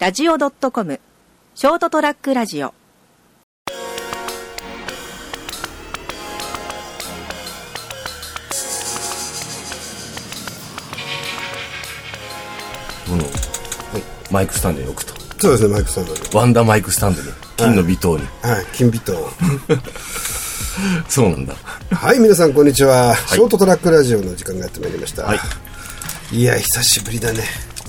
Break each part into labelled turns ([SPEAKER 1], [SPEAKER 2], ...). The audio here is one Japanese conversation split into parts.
[SPEAKER 1] ST-radio.com ショートトラックラジオ
[SPEAKER 2] うんマイクスタンドに置くと
[SPEAKER 3] そうですね、マイクスタンドで。
[SPEAKER 2] ワンダーマイクスタンドに金の微糖に、
[SPEAKER 3] はい、金ビッ ト。
[SPEAKER 2] そうなんだ
[SPEAKER 3] はい、皆さん、こんにちは、ショートトラックラジオの時間がやってまいりました。
[SPEAKER 2] はい
[SPEAKER 3] いや、久しぶりだね。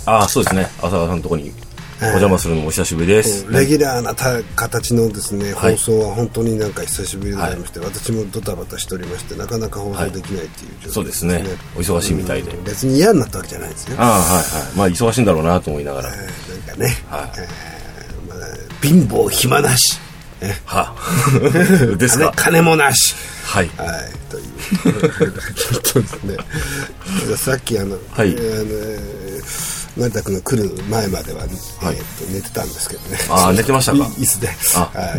[SPEAKER 2] ああそうですね浅川さんのとこにお邪魔するのもお久しぶりです、
[SPEAKER 3] レギュラーなた形のですね、
[SPEAKER 2] はい
[SPEAKER 3] 放送は本当になんか久しぶりでございまして、私もドタバタしておりまして、なかなか放送できないっていう状況ですね。
[SPEAKER 2] はいそうですねお忙しいみたいで
[SPEAKER 3] うん別に嫌になったわけじゃないですよ。
[SPEAKER 2] ああはいはいまあ忙しいんだろうなと思いながら、
[SPEAKER 3] えーなんかね、
[SPEAKER 2] はい
[SPEAKER 3] まあ貧乏暇なし、ね
[SPEAKER 2] は あです
[SPEAKER 3] 金
[SPEAKER 2] か
[SPEAKER 3] 金もなし。
[SPEAKER 2] はい
[SPEAKER 3] はい、という。そうですね。じゃ あさっきあの、
[SPEAKER 2] はい
[SPEAKER 3] えーあのえー成田君が来る前までは、
[SPEAKER 2] はい
[SPEAKER 3] えーと寝てたんですけどね。
[SPEAKER 2] あー寝てましたか
[SPEAKER 3] い椅子で。
[SPEAKER 2] あ
[SPEAKER 3] は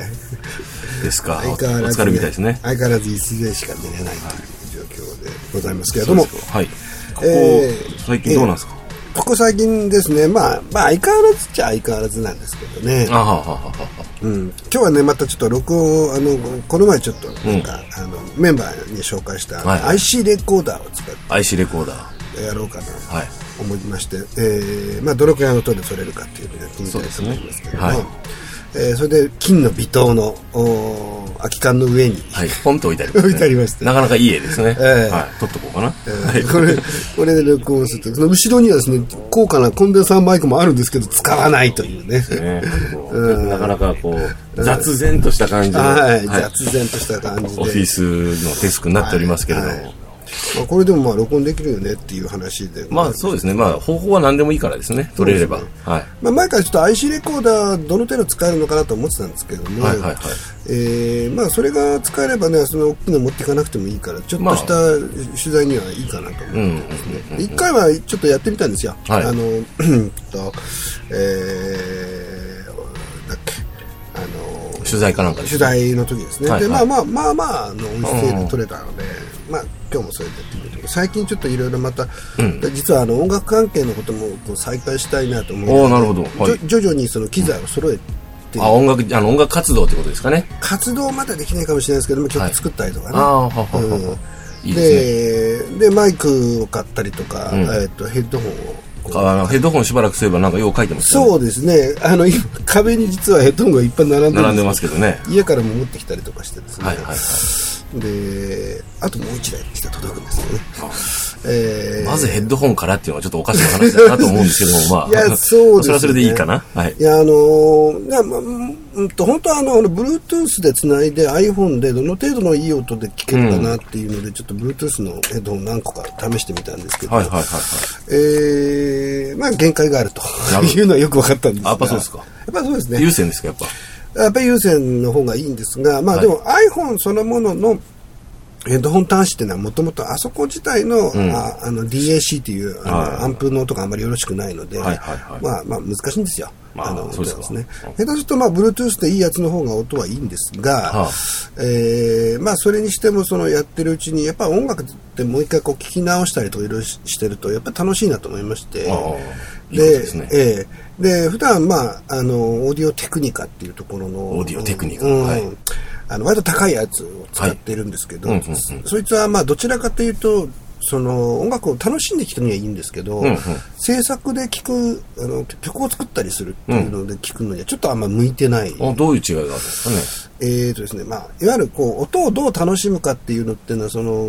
[SPEAKER 3] い。
[SPEAKER 2] ですかお
[SPEAKER 3] 相変わらず、
[SPEAKER 2] 疲れみたいですね
[SPEAKER 3] 相変わらず椅子でしか寝れないという状況でございますけれども、
[SPEAKER 2] そうですかはいここ、
[SPEAKER 3] えー
[SPEAKER 2] 最近どうなんですか、
[SPEAKER 3] ここ最近ですね、まあ、まあ相変わらずっちゃ相変わらずなんですけどね。
[SPEAKER 2] あはははは
[SPEAKER 3] うん、今日はねまたちょっと録音をあのこの前ちょっとなんか、あのメンバーに紹介した
[SPEAKER 2] はい
[SPEAKER 3] IC レコーダーを使っ
[SPEAKER 2] は IC レコーダー
[SPEAKER 3] てやろうかなと
[SPEAKER 2] はい
[SPEAKER 3] 思いまして、えーまあ、どのくらいの音で取れるかっていうのをやってみたいと思いますけれども、
[SPEAKER 2] そうですね
[SPEAKER 3] えーそれで金の微糖のおー空き缶の上に、
[SPEAKER 2] はいポンと置いてあります、ね、
[SPEAKER 3] 置いてありました
[SPEAKER 2] なかなかいい絵ですね、
[SPEAKER 3] ええ
[SPEAKER 2] はい撮っとこうかな、
[SPEAKER 3] え
[SPEAKER 2] はい
[SPEAKER 3] ーこれこれで録音するとその後ろにはですね高価なコンデンサーマイクもあるんですけど使わないというね。
[SPEAKER 2] ね、こうなかなかこう雑然とした感じの、
[SPEAKER 3] はい、
[SPEAKER 2] はい
[SPEAKER 3] 雑然とした感じで。
[SPEAKER 2] オフィスのデスクになっておりますけれども、
[SPEAKER 3] はいまあ、これでもまあ録音できるよねっていう話で、
[SPEAKER 2] まあそうですねまあ方法は何でもいいからですね取れれば、はい
[SPEAKER 3] まあ、前からちょっと IC レコーダーどの程度使えるのかなと思ってたんですけども、
[SPEAKER 2] はいはいはい
[SPEAKER 3] えーまあ、それが使えればねその大きいの持っていかなくてもいいからちょっとした取材にはいいかなと思ってますね一、回はちょっとやってみたんですよ、
[SPEAKER 2] はい
[SPEAKER 3] あの とえー、だっけあの
[SPEAKER 2] 取材かなんかです
[SPEAKER 3] 取材の時ですね、
[SPEAKER 2] はい
[SPEAKER 3] でま
[SPEAKER 2] は
[SPEAKER 3] あ
[SPEAKER 2] い
[SPEAKER 3] まあまあまああの音声で撮れたので、まあ今日もそれでやってみると最近ちょっといろいろまた、実はあの音楽関係のこともこう再開したいなと思
[SPEAKER 2] お
[SPEAKER 3] う
[SPEAKER 2] ーなるほどはい
[SPEAKER 3] 徐々にその機材を揃えて、
[SPEAKER 2] あ音楽あの音楽活動ってことですかね
[SPEAKER 3] 活動まだできないかもしれないですけども曲作ったりとかね、
[SPEAKER 2] ああははは
[SPEAKER 3] うん
[SPEAKER 2] は、いいですね
[SPEAKER 3] ででマイクを買ったりとか、えー、とヘッドホンをこう
[SPEAKER 2] あのヘッドホンしばらくすればなんかよう書いてますよね
[SPEAKER 3] そうですねあの今壁に実はヘッドホンがいっぱい並んでる
[SPEAKER 2] 並んでますけどね
[SPEAKER 3] 家からも持ってきたりとかしてですね、
[SPEAKER 2] はいはいはい
[SPEAKER 3] であともう1台実は届くんですよね、えー
[SPEAKER 2] まずヘッドホンからっていうのはちょっとおかしな話だなと思うんですけ ども、まあ、
[SPEAKER 3] いやそうですね
[SPEAKER 2] れはそれでいいかな。はい
[SPEAKER 3] い。や、あのーいやまあうんうんと、本当はあの、あの Bluetooth でつないで iPhone でどの程度のいい音で聞けるかなっていうので、ちょっと Bluetooth のヘッドホン何個か試してみたんですけど、
[SPEAKER 2] はいはいはいはい。
[SPEAKER 3] えーまあ限界があると
[SPEAKER 2] なるほど
[SPEAKER 3] いうのはよく分かったんですが。
[SPEAKER 2] やっぱそうですか
[SPEAKER 3] やっぱそうですね。
[SPEAKER 2] 優先ですか、やっぱ。
[SPEAKER 3] やっぱり有線の方がいいんですが、まあ
[SPEAKER 2] はい
[SPEAKER 3] でも iPhone そのもののヘッドホン端子っていうのはもともとあそこ自体の,、ああの DAC っていうあの
[SPEAKER 2] はい
[SPEAKER 3] アンプの音があんまりよろしくないので、
[SPEAKER 2] はいはいはい
[SPEAKER 3] まあまあ難しいんですよ。
[SPEAKER 2] まあ
[SPEAKER 3] の
[SPEAKER 2] そうですか
[SPEAKER 3] 音なん下手すると、まあ、Bluetooth でいいやつの方が音はいいんですが、
[SPEAKER 2] はあ
[SPEAKER 3] えーまあ、それにしても、そのやってるうちに、やっぱ音楽ってもう一回こう聞き直したりとかいろいろしてると、やっぱり楽しいなと思いまして、
[SPEAKER 2] ああいいこと
[SPEAKER 3] で
[SPEAKER 2] ですね
[SPEAKER 3] ええで普段まああのオーディオテクニカっていうところの
[SPEAKER 2] オーディオテクニカ
[SPEAKER 3] うん
[SPEAKER 2] はい
[SPEAKER 3] あの割と高いやつを使ってるんですけど、
[SPEAKER 2] はいうんうんうん
[SPEAKER 3] そそいつはまあどちらかというとその音楽を楽しんで聴くにはいいんですけど、
[SPEAKER 2] んうん
[SPEAKER 3] 制作で聴くあの曲を作ったりするっていうので聴くのにはちょっとあんま向いてない、
[SPEAKER 2] あどういう違いがあるんですかね。
[SPEAKER 3] えーとですねまあ、いわゆるこう音をどう楽しむかっていうのっていうのはその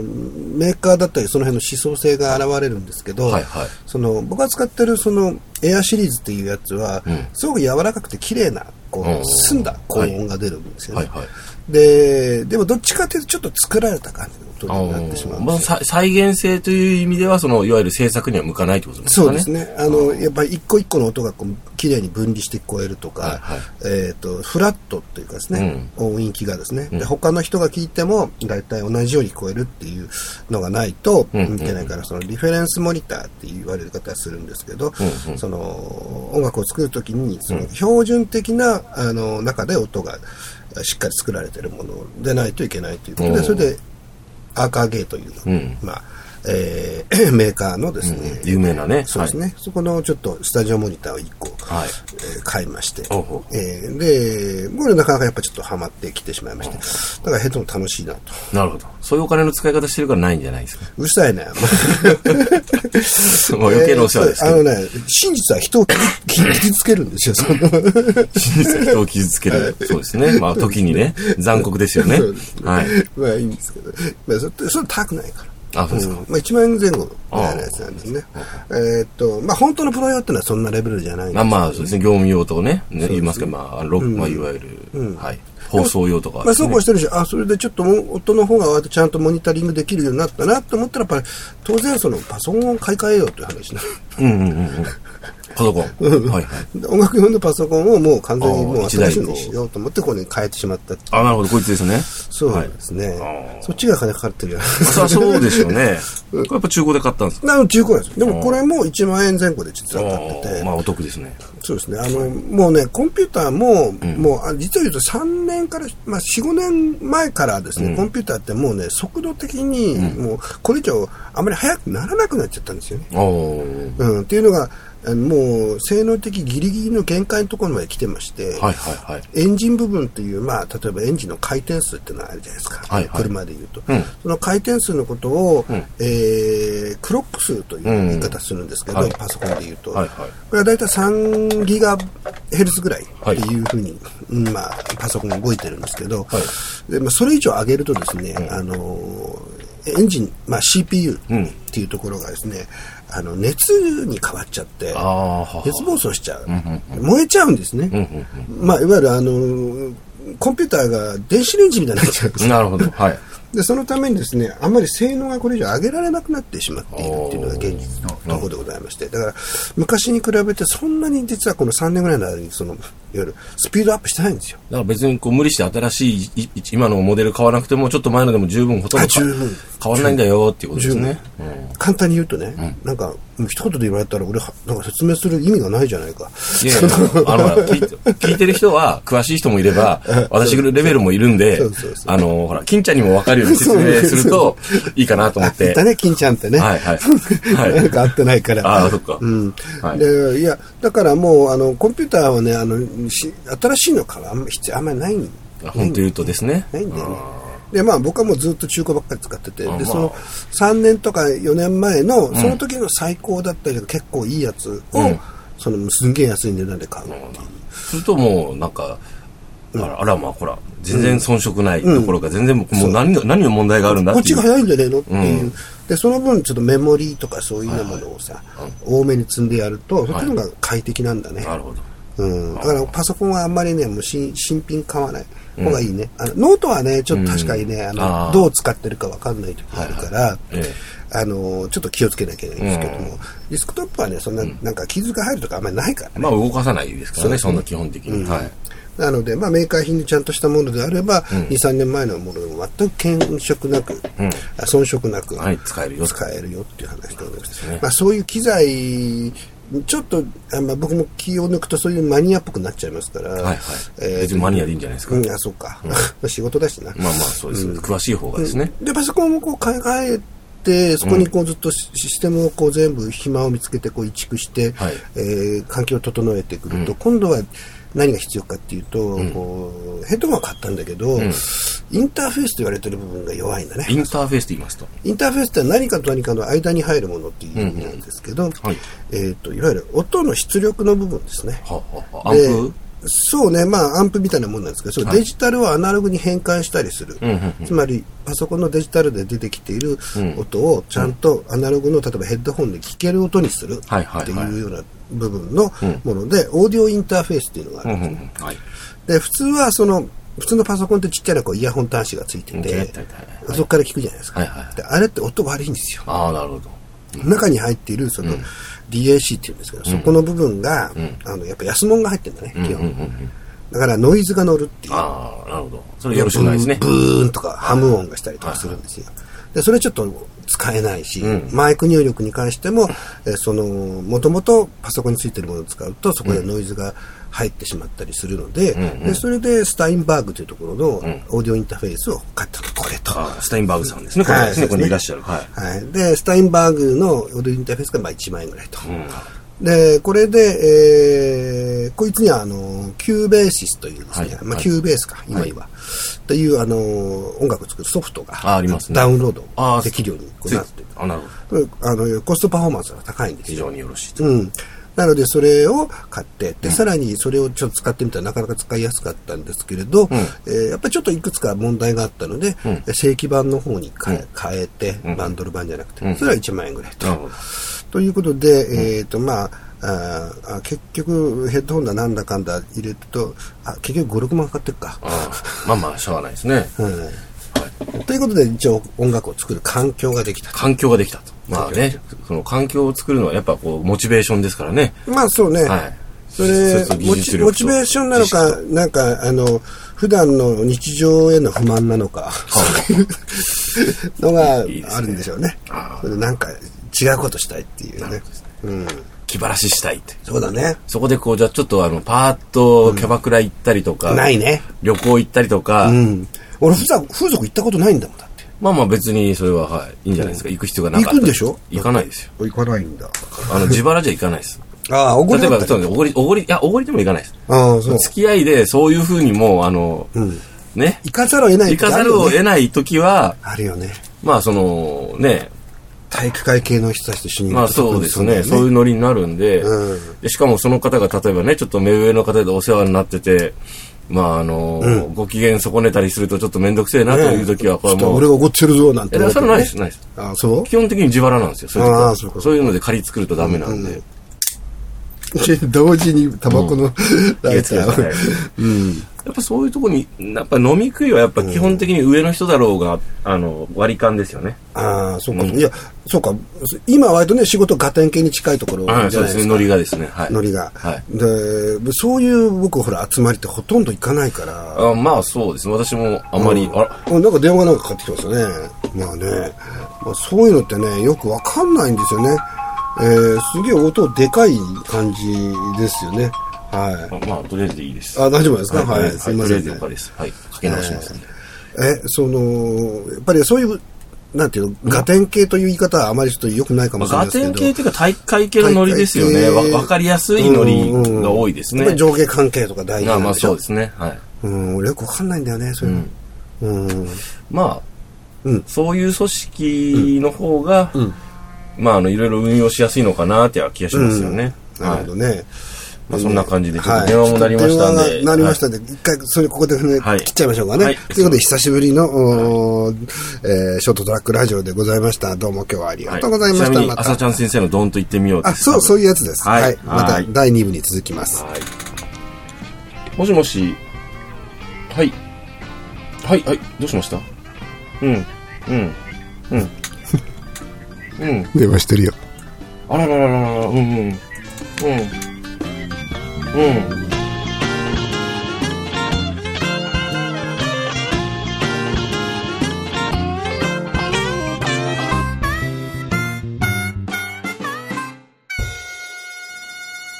[SPEAKER 3] メーカーだったりその辺の思想性が現れるんですけど、
[SPEAKER 2] はいはい
[SPEAKER 3] その僕が使ってるそのエアシリーズっていうやつは、すごく柔らかくて綺麗なこ
[SPEAKER 2] うん
[SPEAKER 3] う澄んだ高音が出るんですよね、
[SPEAKER 2] はいはい
[SPEAKER 3] ででもどっちかというとちょっと作られた感じの音になってしまうん
[SPEAKER 2] ま
[SPEAKER 3] で
[SPEAKER 2] あ、
[SPEAKER 3] すよ
[SPEAKER 2] さ再現性という意味では、その、いわゆる制作には向かないということですかね。
[SPEAKER 3] そうです。ね。あの、やっぱり一個一個の音がこう、綺麗に分離して聞こえるとか、
[SPEAKER 2] はいはい
[SPEAKER 3] えっ、と、フラットっていうかですね、音域がですね、で、他の人が聞いても、大体同じように聞こえるっていうのがないと、
[SPEAKER 2] んうんうん
[SPEAKER 3] いけないから、そのリフェレンスモニターって言われる方はするんですけど、その、音楽を作るときに、その標準的な、あの、中で音が、しっかり作られてるものでないといけないということ
[SPEAKER 2] お
[SPEAKER 3] で、
[SPEAKER 2] ー
[SPEAKER 3] それで、アーカーゲーという、
[SPEAKER 2] うん
[SPEAKER 3] まあ、ええー メーカーのですね、
[SPEAKER 2] 有名なね。
[SPEAKER 3] そうですね、そこのちょっとスタジオモニターを1個、
[SPEAKER 2] はい
[SPEAKER 3] えー買いまして
[SPEAKER 2] おうほ、
[SPEAKER 3] えーで、これなかなかやっぱちょっとハマってきてしまいまして、だからヘッドも楽しいなと。
[SPEAKER 2] はいなるほど。そういうお金の使い方してるからないんじゃないですか。
[SPEAKER 3] うるさいね。
[SPEAKER 2] もう余計なお世話ですけ
[SPEAKER 3] あ
[SPEAKER 2] ど
[SPEAKER 3] の。ね、真実は人を傷傷つけるんですよ、その。
[SPEAKER 2] 真実は人を傷つける。そうですね。まあ、時にね、残酷ですよね
[SPEAKER 3] そうで。す
[SPEAKER 2] はい。
[SPEAKER 3] まあいいんですけど、まあ、それそれ高くないから。
[SPEAKER 2] あ、そうですか。
[SPEAKER 3] んまあ、1万円前後みたいなやつなんですね。えーっと、まあ本当のプロ用ってのはそんなレベルじゃないんです
[SPEAKER 2] まあまあ、そうですね。業務用とね、ね言いますけど、まあ、ロック、まあ、いわゆる、はい。放送用とか
[SPEAKER 3] まあ、
[SPEAKER 2] です
[SPEAKER 3] そう
[SPEAKER 2] ね。
[SPEAKER 3] こうしてるし、あ、それでちょっともう夫の方が割とちゃんとモニタリングできるようになったなと思ったら、やっぱり当然そのパソコンを買い替えようという話な
[SPEAKER 2] うんうんうんうん。パソコン。はいはい。
[SPEAKER 3] の。 音楽用のパソコンをもう完全にも
[SPEAKER 2] あ
[SPEAKER 3] う
[SPEAKER 2] ー一台
[SPEAKER 3] 新
[SPEAKER 2] に
[SPEAKER 3] しいのにしようと思って、これに変えてしまったって
[SPEAKER 2] あ、なるほど、こいつですね。
[SPEAKER 3] そう
[SPEAKER 2] は
[SPEAKER 3] ないんですね。
[SPEAKER 2] あー
[SPEAKER 3] そっちが金かかってるじゃない
[SPEAKER 2] そりゃそうでしょうね。これやっぱ中古で買ったんですか
[SPEAKER 3] なの中古なんですよ。でもこれも1万円前後で実は買って
[SPEAKER 2] あ
[SPEAKER 3] て
[SPEAKER 2] ー。まあ、お得ですね。
[SPEAKER 3] そうですね。あの、もうね、コンピューターも、もう、あ実を言うと3年から、まあ4、5年前からですね、コンピューターってもうね、速度的に、もう、これ以上、あまり速くならなくなっちゃったんですよね。
[SPEAKER 2] あー
[SPEAKER 3] うん、っていうのが、あのもう、性能的ギリギリの限界のところまで来てまして、
[SPEAKER 2] はいはいはい。
[SPEAKER 3] エンジン部分っていう、まあ、例えばエンジンの回転数っていうのがあるじゃないですか、
[SPEAKER 2] はいはい
[SPEAKER 3] 車でいうと、
[SPEAKER 2] うん
[SPEAKER 3] その回転数のことを、
[SPEAKER 2] ん
[SPEAKER 3] えークロック数という言い方するんですけど、
[SPEAKER 2] うんはい
[SPEAKER 3] パソコンでいうと、
[SPEAKER 2] はいはい
[SPEAKER 3] これは大体3ギガヘルツぐらいっていうふうに、うんまあ、パソコンが動いてるんですけど、でまあ、それ以上上げるとですね、あのーエンジン、まあ、CPU
[SPEAKER 2] うん
[SPEAKER 3] っていうところがですね、あの熱に変わっちゃって、
[SPEAKER 2] ああ、はは
[SPEAKER 3] 熱暴走しちゃう、燃えちゃうんですね、まあ、いわゆるあのコンピューターが電子レンジみたいになっちゃうんです
[SPEAKER 2] なるほど。はい。
[SPEAKER 3] でそのためにですねあんまり性能がこれ以上上げられなくなってしまっているっていうのが現実のところでございましてだから昔に比べてそんなに実はこの3年ぐらいの間にそのいわゆるスピードアップしてないんですよ
[SPEAKER 2] だから別にこう無理して新しいいい今のモデル買わなくてもちょっと前のでも十分ほとんど
[SPEAKER 3] あ十分
[SPEAKER 2] 変わらないんだよっていうことですね。
[SPEAKER 3] 簡単に言うとね、なんか一言で言われたら俺はなんか説明する意味がないじゃないか
[SPEAKER 2] いやいや、あの、ほら聞い聞いてる人は詳しい人もいれ ば、私レベルもいるんで
[SPEAKER 3] そうそうそ、う
[SPEAKER 2] あの、ほら、金ちゃんにも分かるように説明するといいかなと思っ
[SPEAKER 3] あい
[SPEAKER 2] て
[SPEAKER 3] た。ね金ちゃんってね、
[SPEAKER 2] はい はいはい
[SPEAKER 3] なんか会ってないから
[SPEAKER 2] ああ、そっか。
[SPEAKER 3] うん
[SPEAKER 2] はい
[SPEAKER 3] でいやだからもうあのコンピューターはねあのし新しいのからあんま必要あんまりないん
[SPEAKER 2] あ本当言うとですね。
[SPEAKER 3] ないんだよねでまあ僕はもうずっと中古ばっかり使ってて
[SPEAKER 2] まあ
[SPEAKER 3] でその3年とか4年前のその時の最高だったりとか結構いいやつを、
[SPEAKER 2] うん
[SPEAKER 3] そのすんげえ安い値段で買うっていう
[SPEAKER 2] するともうなんか、あら、あらまあほら、全然遜色ないどころか、全然もうもう何の何の問題があるんだ
[SPEAKER 3] こっ
[SPEAKER 2] ってい
[SPEAKER 3] ち
[SPEAKER 2] う
[SPEAKER 3] が。早いんじゃねえのっていう、
[SPEAKER 2] う
[SPEAKER 3] でその分ちょっとメモリーとかそういうようなものをさ、多めに積んでやるとそっちの方が快適なんだね、
[SPEAKER 2] なるほど。
[SPEAKER 3] うん、だからパソコンはあんまりね、もう新新品買わない方がいいね、あのノートはね、ちょっと確かにね、あの
[SPEAKER 2] あー
[SPEAKER 3] どう使ってるかわかんない時があるから、
[SPEAKER 2] いはいえ
[SPEAKER 3] あの、ちょっと気をつけなきゃいけないんですけども、ディスクトップはね、そんな、なんか傷が入るとかあんまりないからね。
[SPEAKER 2] まあ動かさないですからね、そんな基本的に。はい。
[SPEAKER 3] なので、まあ、メーカー品でちゃんとしたものであれば、2、3年前のものでも全く遜色なく、あ遜色なく、
[SPEAKER 2] はい使えるよ
[SPEAKER 3] 使えるよっていう話でございます。
[SPEAKER 2] ね
[SPEAKER 3] まあ、そういう機材、ちょっと、あまあ、僕も気を抜くとそういうマニアっぽくなっちゃいますから、
[SPEAKER 2] はいはい
[SPEAKER 3] えー
[SPEAKER 2] 別にマニアでいいんじゃないですか
[SPEAKER 3] うん、あ、そうか。 仕事だしな。
[SPEAKER 2] まあまあそうです。詳しい方がですね。
[SPEAKER 3] で、パソコンをこう買い替えて、そこにこうずっとシシステムをこう全部暇を見つけてこう移築して、
[SPEAKER 2] はい
[SPEAKER 3] えー環境を整えてくると、今度は何が必要かっていうと、こうヘッドホンは買ったんだけど、インターフェースと言われてる部分が弱いんだね。
[SPEAKER 2] インターフェースと言いますと。
[SPEAKER 3] インターフェースって何かと何かの間に入るものっていう意味なんですけど、
[SPEAKER 2] はい
[SPEAKER 3] えっ、と、いわゆる音の出力の部分ですね。
[SPEAKER 2] はははアンプ
[SPEAKER 3] でそうね、まあ、アンプみたいなもんなんですけど、それデジタルをアナログに変換したりする、つまりパソコンのデジタルで出てきている音をちゃんとアナログの例えばヘッドホンで聞ける音にする
[SPEAKER 2] はいはいはい
[SPEAKER 3] っていうような部分のもので、オーディオインターフェースっていうのがあ
[SPEAKER 2] うん
[SPEAKER 3] る
[SPEAKER 2] うんん
[SPEAKER 3] です、
[SPEAKER 2] うんはい。
[SPEAKER 3] で普通はその普通のパソコンってちっちゃなこうイヤホン端子がついて
[SPEAKER 2] うん
[SPEAKER 3] て、
[SPEAKER 2] はいはい
[SPEAKER 3] そこから聞くじゃないですか、
[SPEAKER 2] はいはい
[SPEAKER 3] であれって音悪いんですよ
[SPEAKER 2] ああ、なるほど。
[SPEAKER 3] 中に入っているその DAC っていうんですけど、そこの部分が、あのやっぱ安物が入ってるんだね、基本、だからノイズが乗るっていう
[SPEAKER 2] ああ、なるほど。それよろしくないですね
[SPEAKER 3] ブ。ーンとかハム音がしたりとかするんですよ、でそれちょっと使えないし、
[SPEAKER 2] うん
[SPEAKER 3] マイク入力に関しても、えーその、もともとパソコンについてるものを使うと、そこでノイズが入ってしまったりするので、
[SPEAKER 2] うんうん
[SPEAKER 3] でそれでスタインバーグというところの
[SPEAKER 2] ん
[SPEAKER 3] オーディオインタフェースを買ったの、これと。
[SPEAKER 2] あスタインバーグさんですね。これ
[SPEAKER 3] はい
[SPEAKER 2] ですね。
[SPEAKER 3] そ
[SPEAKER 2] ここ
[SPEAKER 3] うですね
[SPEAKER 2] にいらっしゃる。はい。
[SPEAKER 3] はい。で、スタインバーグのオーディオインターフェースがまあ1万円ぐらいと。
[SPEAKER 2] うん
[SPEAKER 3] で、これで、えー、こいつには、あの、キューベーシスというですね、
[SPEAKER 2] はい
[SPEAKER 3] まあ、
[SPEAKER 2] はい
[SPEAKER 3] キューベースか、今
[SPEAKER 2] はい
[SPEAKER 3] 言えば、という、あの、音楽を作るソフトが、
[SPEAKER 2] あありますね
[SPEAKER 3] ダウンロー
[SPEAKER 2] あ
[SPEAKER 3] ド
[SPEAKER 2] あ
[SPEAKER 3] できるようにこう
[SPEAKER 2] つい
[SPEAKER 3] なってる。
[SPEAKER 2] あ、なるほど。
[SPEAKER 3] あの、コストパフォーマンスが高いんです
[SPEAKER 2] 非
[SPEAKER 3] よ。
[SPEAKER 2] 常によろしいと。
[SPEAKER 3] うん。なので、それを買って、で、さらにそれをちょっと使ってみたらなかなか使いやすかったんですけれど、えーやっぱりちょっといくつか問題があったので、
[SPEAKER 2] ん
[SPEAKER 3] 正規版の方に変え,、
[SPEAKER 2] うん
[SPEAKER 3] 変えて、
[SPEAKER 2] うん
[SPEAKER 3] バンドル版じゃなくて、
[SPEAKER 2] うん
[SPEAKER 3] それは1万円ぐらいと。
[SPEAKER 2] なるほど。
[SPEAKER 3] ということで、えっ、と、まあ、あーあ結局、ヘッドホンだなんだかんだ入れると、あ結局5、6万かかってるか。
[SPEAKER 2] ああまあまあ、しゃあないですね。
[SPEAKER 3] はい。ということで、一応音楽を作る環境ができた。
[SPEAKER 2] 環境ができたと。まあね、その環境を作るのはやっぱこう、モチベーションですからね。
[SPEAKER 3] まあ、そうね。
[SPEAKER 2] はい。
[SPEAKER 3] それ
[SPEAKER 2] 技術
[SPEAKER 3] モ
[SPEAKER 2] 技術
[SPEAKER 3] チ、
[SPEAKER 2] 力と
[SPEAKER 3] モチベーションなのか、なんか、あの、普段の日常への不満なのか、のがあ
[SPEAKER 2] いいですね
[SPEAKER 3] るんでしょうね。
[SPEAKER 2] ああ
[SPEAKER 3] それでなんか、違うことしたいっていうね。うん。
[SPEAKER 2] 気晴らししたいって。
[SPEAKER 3] そうだね。
[SPEAKER 2] そこでこう、じゃあちょっとあの、パーッとキャバクラ行ったりとか、
[SPEAKER 3] ないね。
[SPEAKER 2] 旅行行ったりとか、
[SPEAKER 3] うん。俺、普段、風俗行ったことないんだもん、だって。
[SPEAKER 2] まあまあ別にそれははい、いいんじゃないですか。行く必要がなかった。
[SPEAKER 3] 行くんでしょ
[SPEAKER 2] 行かないですよ。
[SPEAKER 3] 行かないんだ。
[SPEAKER 2] あの、自腹じゃ行かない です。
[SPEAKER 3] ああ、おご
[SPEAKER 2] 例
[SPEAKER 3] り
[SPEAKER 2] え
[SPEAKER 3] だ
[SPEAKER 2] ば、
[SPEAKER 3] った
[SPEAKER 2] そうねおごり、おごり、いや、おごりでも行かないです。
[SPEAKER 3] ああ、そう。
[SPEAKER 2] 付き合いで、そういうふうにもう、あの、
[SPEAKER 3] うん。
[SPEAKER 2] ね、
[SPEAKER 3] 行かざるを得ない
[SPEAKER 2] 行
[SPEAKER 3] 時あ
[SPEAKER 2] かざ
[SPEAKER 3] る
[SPEAKER 2] る
[SPEAKER 3] よ
[SPEAKER 2] を
[SPEAKER 3] ね
[SPEAKER 2] 得ないときは、
[SPEAKER 3] あるよね。
[SPEAKER 2] まあその、ね、
[SPEAKER 3] 体育会系の人たちと一緒に
[SPEAKER 2] まあそうですね、そういう
[SPEAKER 3] う。
[SPEAKER 2] ノリになるんで、
[SPEAKER 3] うん
[SPEAKER 2] でしかもその方が例えばね、ちょっと目上の方でお世話になってて、まああの、
[SPEAKER 3] うん
[SPEAKER 2] ご機嫌損ねたりするとちょっとめんどくせえなという時は、これ
[SPEAKER 3] ちょっと
[SPEAKER 2] も
[SPEAKER 3] 俺
[SPEAKER 2] う、
[SPEAKER 3] が怒ってるぞ、なんて
[SPEAKER 2] え、
[SPEAKER 3] 思っ
[SPEAKER 2] それ
[SPEAKER 3] てね。
[SPEAKER 2] はないです、ないです。
[SPEAKER 3] ああ、そう
[SPEAKER 2] 基本的に自腹なんですよ、そういう時
[SPEAKER 3] あ
[SPEAKER 2] は
[SPEAKER 3] あそうか
[SPEAKER 2] そういうので仮作るとダメなんで。
[SPEAKER 3] で同時にタバコの、ライターを
[SPEAKER 2] はい
[SPEAKER 3] うん。
[SPEAKER 2] やっぱそういうとこに、やっぱ飲み食いはやっぱ基本的に上の人だろうが、あの、割り勘ですよね。
[SPEAKER 3] ああ、そうか、いや、そうか。今割とね、仕事ガテン系に近いところじゃな
[SPEAKER 2] はいい、そう
[SPEAKER 3] で
[SPEAKER 2] ですす
[SPEAKER 3] か。
[SPEAKER 2] ね、ノリがですね。はい。
[SPEAKER 3] ノリが、
[SPEAKER 2] はい。
[SPEAKER 3] で、そういう僕ほら集まりってほとんど行かないから。
[SPEAKER 2] あまあそうですね、私もあまり、あら、
[SPEAKER 3] うんなんか電話なんかかかってきましたね。まあね。まあ、そういうのってね、よくわかんないんですよね。えー、すげえ音でかい感じですよね。はい。
[SPEAKER 2] あまあとりあえずでいいです。
[SPEAKER 3] あ、大丈夫ですかはい、すいま
[SPEAKER 2] とりあ
[SPEAKER 3] せ
[SPEAKER 2] え
[SPEAKER 3] ん、
[SPEAKER 2] ずよ
[SPEAKER 3] ね
[SPEAKER 2] か。です。はい、かけ直しますんで。
[SPEAKER 3] え、その、やっぱりそういう、なんていうの、ガテン系という言い方はあまりちょっと良くないか
[SPEAKER 2] ま
[SPEAKER 3] も
[SPEAKER 2] あ、
[SPEAKER 3] しれな
[SPEAKER 2] ガテン
[SPEAKER 3] いですけど。
[SPEAKER 2] 系っていうか体育会系のノリですよね。
[SPEAKER 3] 体育
[SPEAKER 2] わ
[SPEAKER 3] 会系
[SPEAKER 2] わかりやすいノリが多いですね。
[SPEAKER 3] うんうんうんやっぱり上下関係とか大事
[SPEAKER 2] ま
[SPEAKER 3] な
[SPEAKER 2] あ
[SPEAKER 3] ん
[SPEAKER 2] まあ
[SPEAKER 3] でしょ
[SPEAKER 2] そうですね。はい。
[SPEAKER 3] うん、俺よくわかんないんだよね、そういうの。うん。
[SPEAKER 2] まあ、
[SPEAKER 3] うん
[SPEAKER 2] そういう組織の方が、
[SPEAKER 3] ん
[SPEAKER 2] まあ、あの、いろいろ運用しやすいのかなっていう気がしますよね。
[SPEAKER 3] なるほどね。
[SPEAKER 2] まあそんな感じで
[SPEAKER 3] ね
[SPEAKER 2] ちょっと電話も鳴りましたんで
[SPEAKER 3] はい電話が鳴りましたんで、一回、それここで、ね
[SPEAKER 2] はい
[SPEAKER 3] 切っちゃいましょうかね。
[SPEAKER 2] はい
[SPEAKER 3] ということで、久しぶりの、おーえーショートトラックラジオでございました。どうも今日はありがとうございまし
[SPEAKER 2] ち
[SPEAKER 3] た。
[SPEAKER 2] なみに、
[SPEAKER 3] ま
[SPEAKER 2] 朝
[SPEAKER 3] た。
[SPEAKER 2] ちゃん先生のドンと言ってみようで
[SPEAKER 3] あ、
[SPEAKER 2] す
[SPEAKER 3] そう、そういうやつです。
[SPEAKER 2] はい
[SPEAKER 3] はい。また
[SPEAKER 2] はい
[SPEAKER 3] 第2部に続きます。
[SPEAKER 2] はい。もしもし。はい。はい、はい。どうしましたうん。うん。うん。うん。
[SPEAKER 3] 電話してるよ。
[SPEAKER 2] あらららららら、うんうん。うん。うん。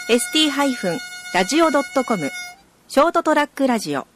[SPEAKER 1] ST-radio.com ショートトラックラジオ